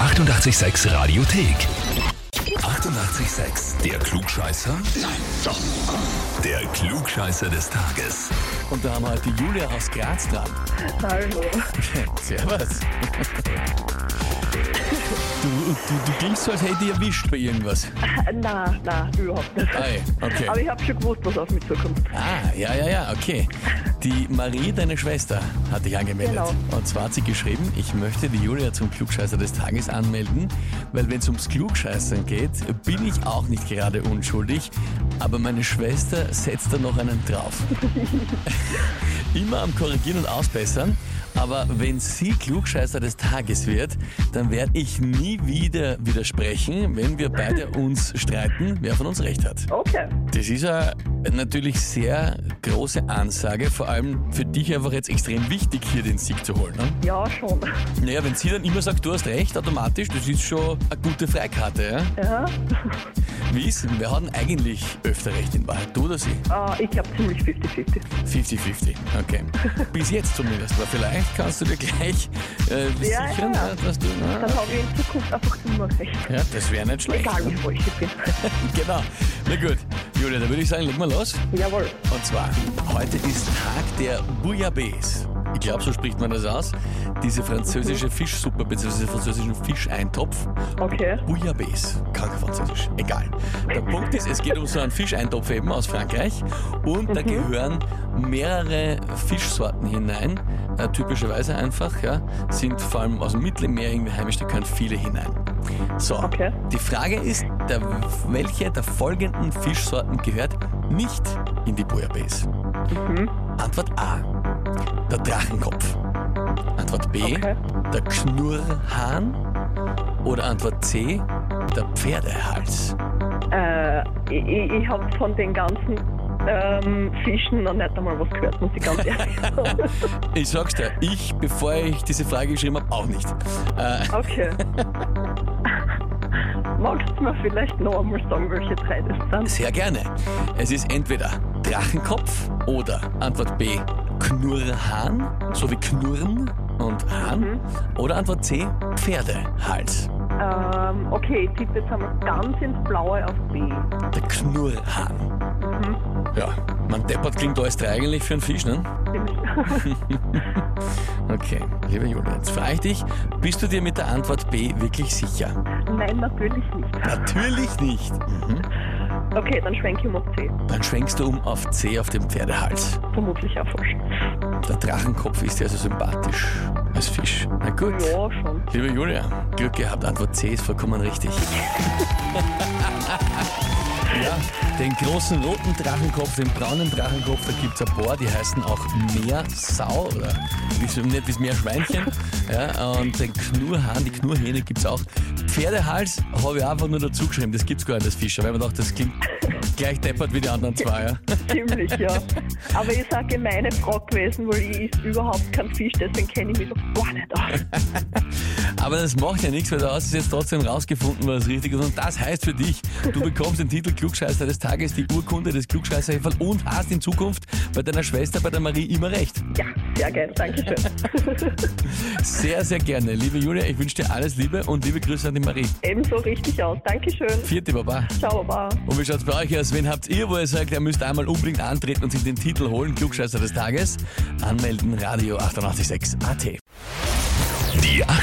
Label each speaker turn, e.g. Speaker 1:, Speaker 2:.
Speaker 1: 886 Radiothek. 88,6. Der Klugscheißer? Nein, doch. Der Klugscheißer des Tages.
Speaker 2: Und da haben wir halt die Julia aus Graz dran.
Speaker 3: Hallo.
Speaker 2: Servus. Du, du, du klingst so, als hätte ich dich erwischt bei irgendwas.
Speaker 3: Na, na, überhaupt nicht.
Speaker 2: Ei, okay.
Speaker 3: Aber ich habe schon gewusst, was auf mich zukommt.
Speaker 2: Ah, ja, ja, ja, okay. Die Marie, deine Schwester, hat dich angemeldet.
Speaker 3: Genau.
Speaker 2: Und zwar hat sie geschrieben, ich möchte die Julia zum Klugscheißer des Tages anmelden, weil wenn es ums Klugscheißern geht, bin ich auch nicht gerade unschuldig, aber meine Schwester setzt da noch einen drauf. Immer am Korrigieren und Ausbessern, aber wenn sie Klugscheißer des Tages wird, dann werde ich nie wieder widersprechen, wenn wir beide uns streiten, wer von uns recht hat.
Speaker 3: Okay.
Speaker 2: Das ist eine natürlich sehr große Ansage, vor allem für dich einfach jetzt extrem wichtig, hier den Sieg zu holen. Ne?
Speaker 3: Ja, schon.
Speaker 2: Naja, wenn sie dann immer sagt, du hast recht, automatisch, das ist schon eine gute Freikarte. Ja?
Speaker 3: Ja.
Speaker 2: Wie ist denn, wer hat denn eigentlich öfter recht in Wahrheit, du oder sie?
Speaker 3: Äh, ich glaube ziemlich 50-50.
Speaker 2: 50-50, okay. Bis jetzt zumindest, aber vielleicht kannst du dir gleich äh,
Speaker 3: Ja,
Speaker 2: sichern,
Speaker 3: ja, ja.
Speaker 2: dass du...
Speaker 3: Dann habe ich in Zukunft einfach immer recht.
Speaker 2: Ja, das wäre nicht schlecht.
Speaker 3: Egal wie falsch ich bin.
Speaker 2: Genau. Na gut, Julia, dann würde ich sagen, leg mal los.
Speaker 3: Jawohl.
Speaker 2: Und zwar, heute ist Tag der Bouillabaisse. Ich glaube, so spricht man das aus. Diese französische Fischsuppe bzw. französischen Fischeintopf.
Speaker 3: Okay.
Speaker 2: Bouillabaisse, krank französisch, egal. Der Punkt ist, es geht um so einen Fischeintopf eben aus Frankreich und da gehören mehrere Fischsorten hinein. Äh, typischerweise einfach, ja, sind vor allem aus dem Mittelmeer irgendwie heimisch, da gehören viele hinein. So,
Speaker 3: Okay.
Speaker 2: die Frage ist, der, welche der folgenden Fischsorten gehört nicht in die Bouillabaisse?
Speaker 3: Mhm.
Speaker 2: Antwort A, der Drachenkopf. Antwort B,
Speaker 3: Okay.
Speaker 2: der Knurrhahn. Oder Antwort C, der Pferdehals.
Speaker 3: Äh, ich ich, ich habe von den ganzen ähm, Fischen noch nicht einmal was gehört, muss ich ganz ehrlich sagen.
Speaker 2: Ich sag's dir, ich, bevor ich diese Frage geschrieben habe, auch nicht. Äh,
Speaker 3: Okay. Magst du mir vielleicht noch einmal sagen, welche drei das sind?
Speaker 2: sehr gerne. Es ist entweder Drachenkopf oder Antwort B, Knurrhahn, so wie Knurren und Hahn. Oder Antwort C, Pferdehals.
Speaker 3: Ähm, okay, ich tippe jetzt einmal ganz ins Blaue auf B.
Speaker 2: Der Knurrhahn. Ja, man deppert klingt alles drei eigentlich für einen Fisch, ne? Okay, liebe Julia, jetzt frage ich dich, bist du dir mit der Antwort B wirklich sicher?
Speaker 3: Nein, natürlich nicht.
Speaker 2: Natürlich nicht. Mhm.
Speaker 3: Okay, dann schwenke ich mal auf C.
Speaker 2: Dann schwenkst du um auf C auf dem Pferdehals.
Speaker 3: Vermutlich auch falsch.
Speaker 2: Der Drachenkopf ist dir also sympathisch als Fisch. Na gut.
Speaker 3: Ja, schon.
Speaker 2: Liebe Julia, Glück gehabt, Antwort C ist vollkommen richtig. ja, den großen roten Drachenkopf, den braunen Drachenkopf, da gibt's ein paar, die heißen auch Meersau oder wie's- nicht wie Meerschweinchen. Ja, und den Knurrhahn, die Knurrhähne gibt's auch. Pferdehals habe ich einfach nur dazu geschrieben, das gibt's gar nicht als Fischer, weil man dachte, das klingt gleich deppert wie die anderen zwei. Ja.
Speaker 3: Ziemlich, ja. Aber ich ist eine gemeine Frage gewesen, weil ich ist überhaupt kein Fisch, deswegen kenne ich mich doch gar nicht aus.
Speaker 2: Aber das macht ja nichts, weil du hast es jetzt trotzdem rausgefunden, was richtig ist. Und das heißt für dich, du bekommst den Titel Klugscheißer des Tages, die Urkunde des klugscheißer und hast in Zukunft bei deiner Schwester, bei der Marie immer recht.
Speaker 3: Ja, sehr geil, danke schön.
Speaker 2: Sehr, sehr gerne. Liebe Julia, ich wünsche dir alles Liebe und liebe Grüße an die Marie.
Speaker 3: Ebenso richtig aus. Dankeschön.
Speaker 2: Vierte Baba.
Speaker 3: Ciao, Baba.
Speaker 2: Und wie schaut's bei euch aus? Wen habt ihr, wo ihr sagt, ihr müsst einmal unbedingt antreten und sich den Titel holen, Klugscheißer des Tages? Anmelden, Radio 886 AT.
Speaker 1: Die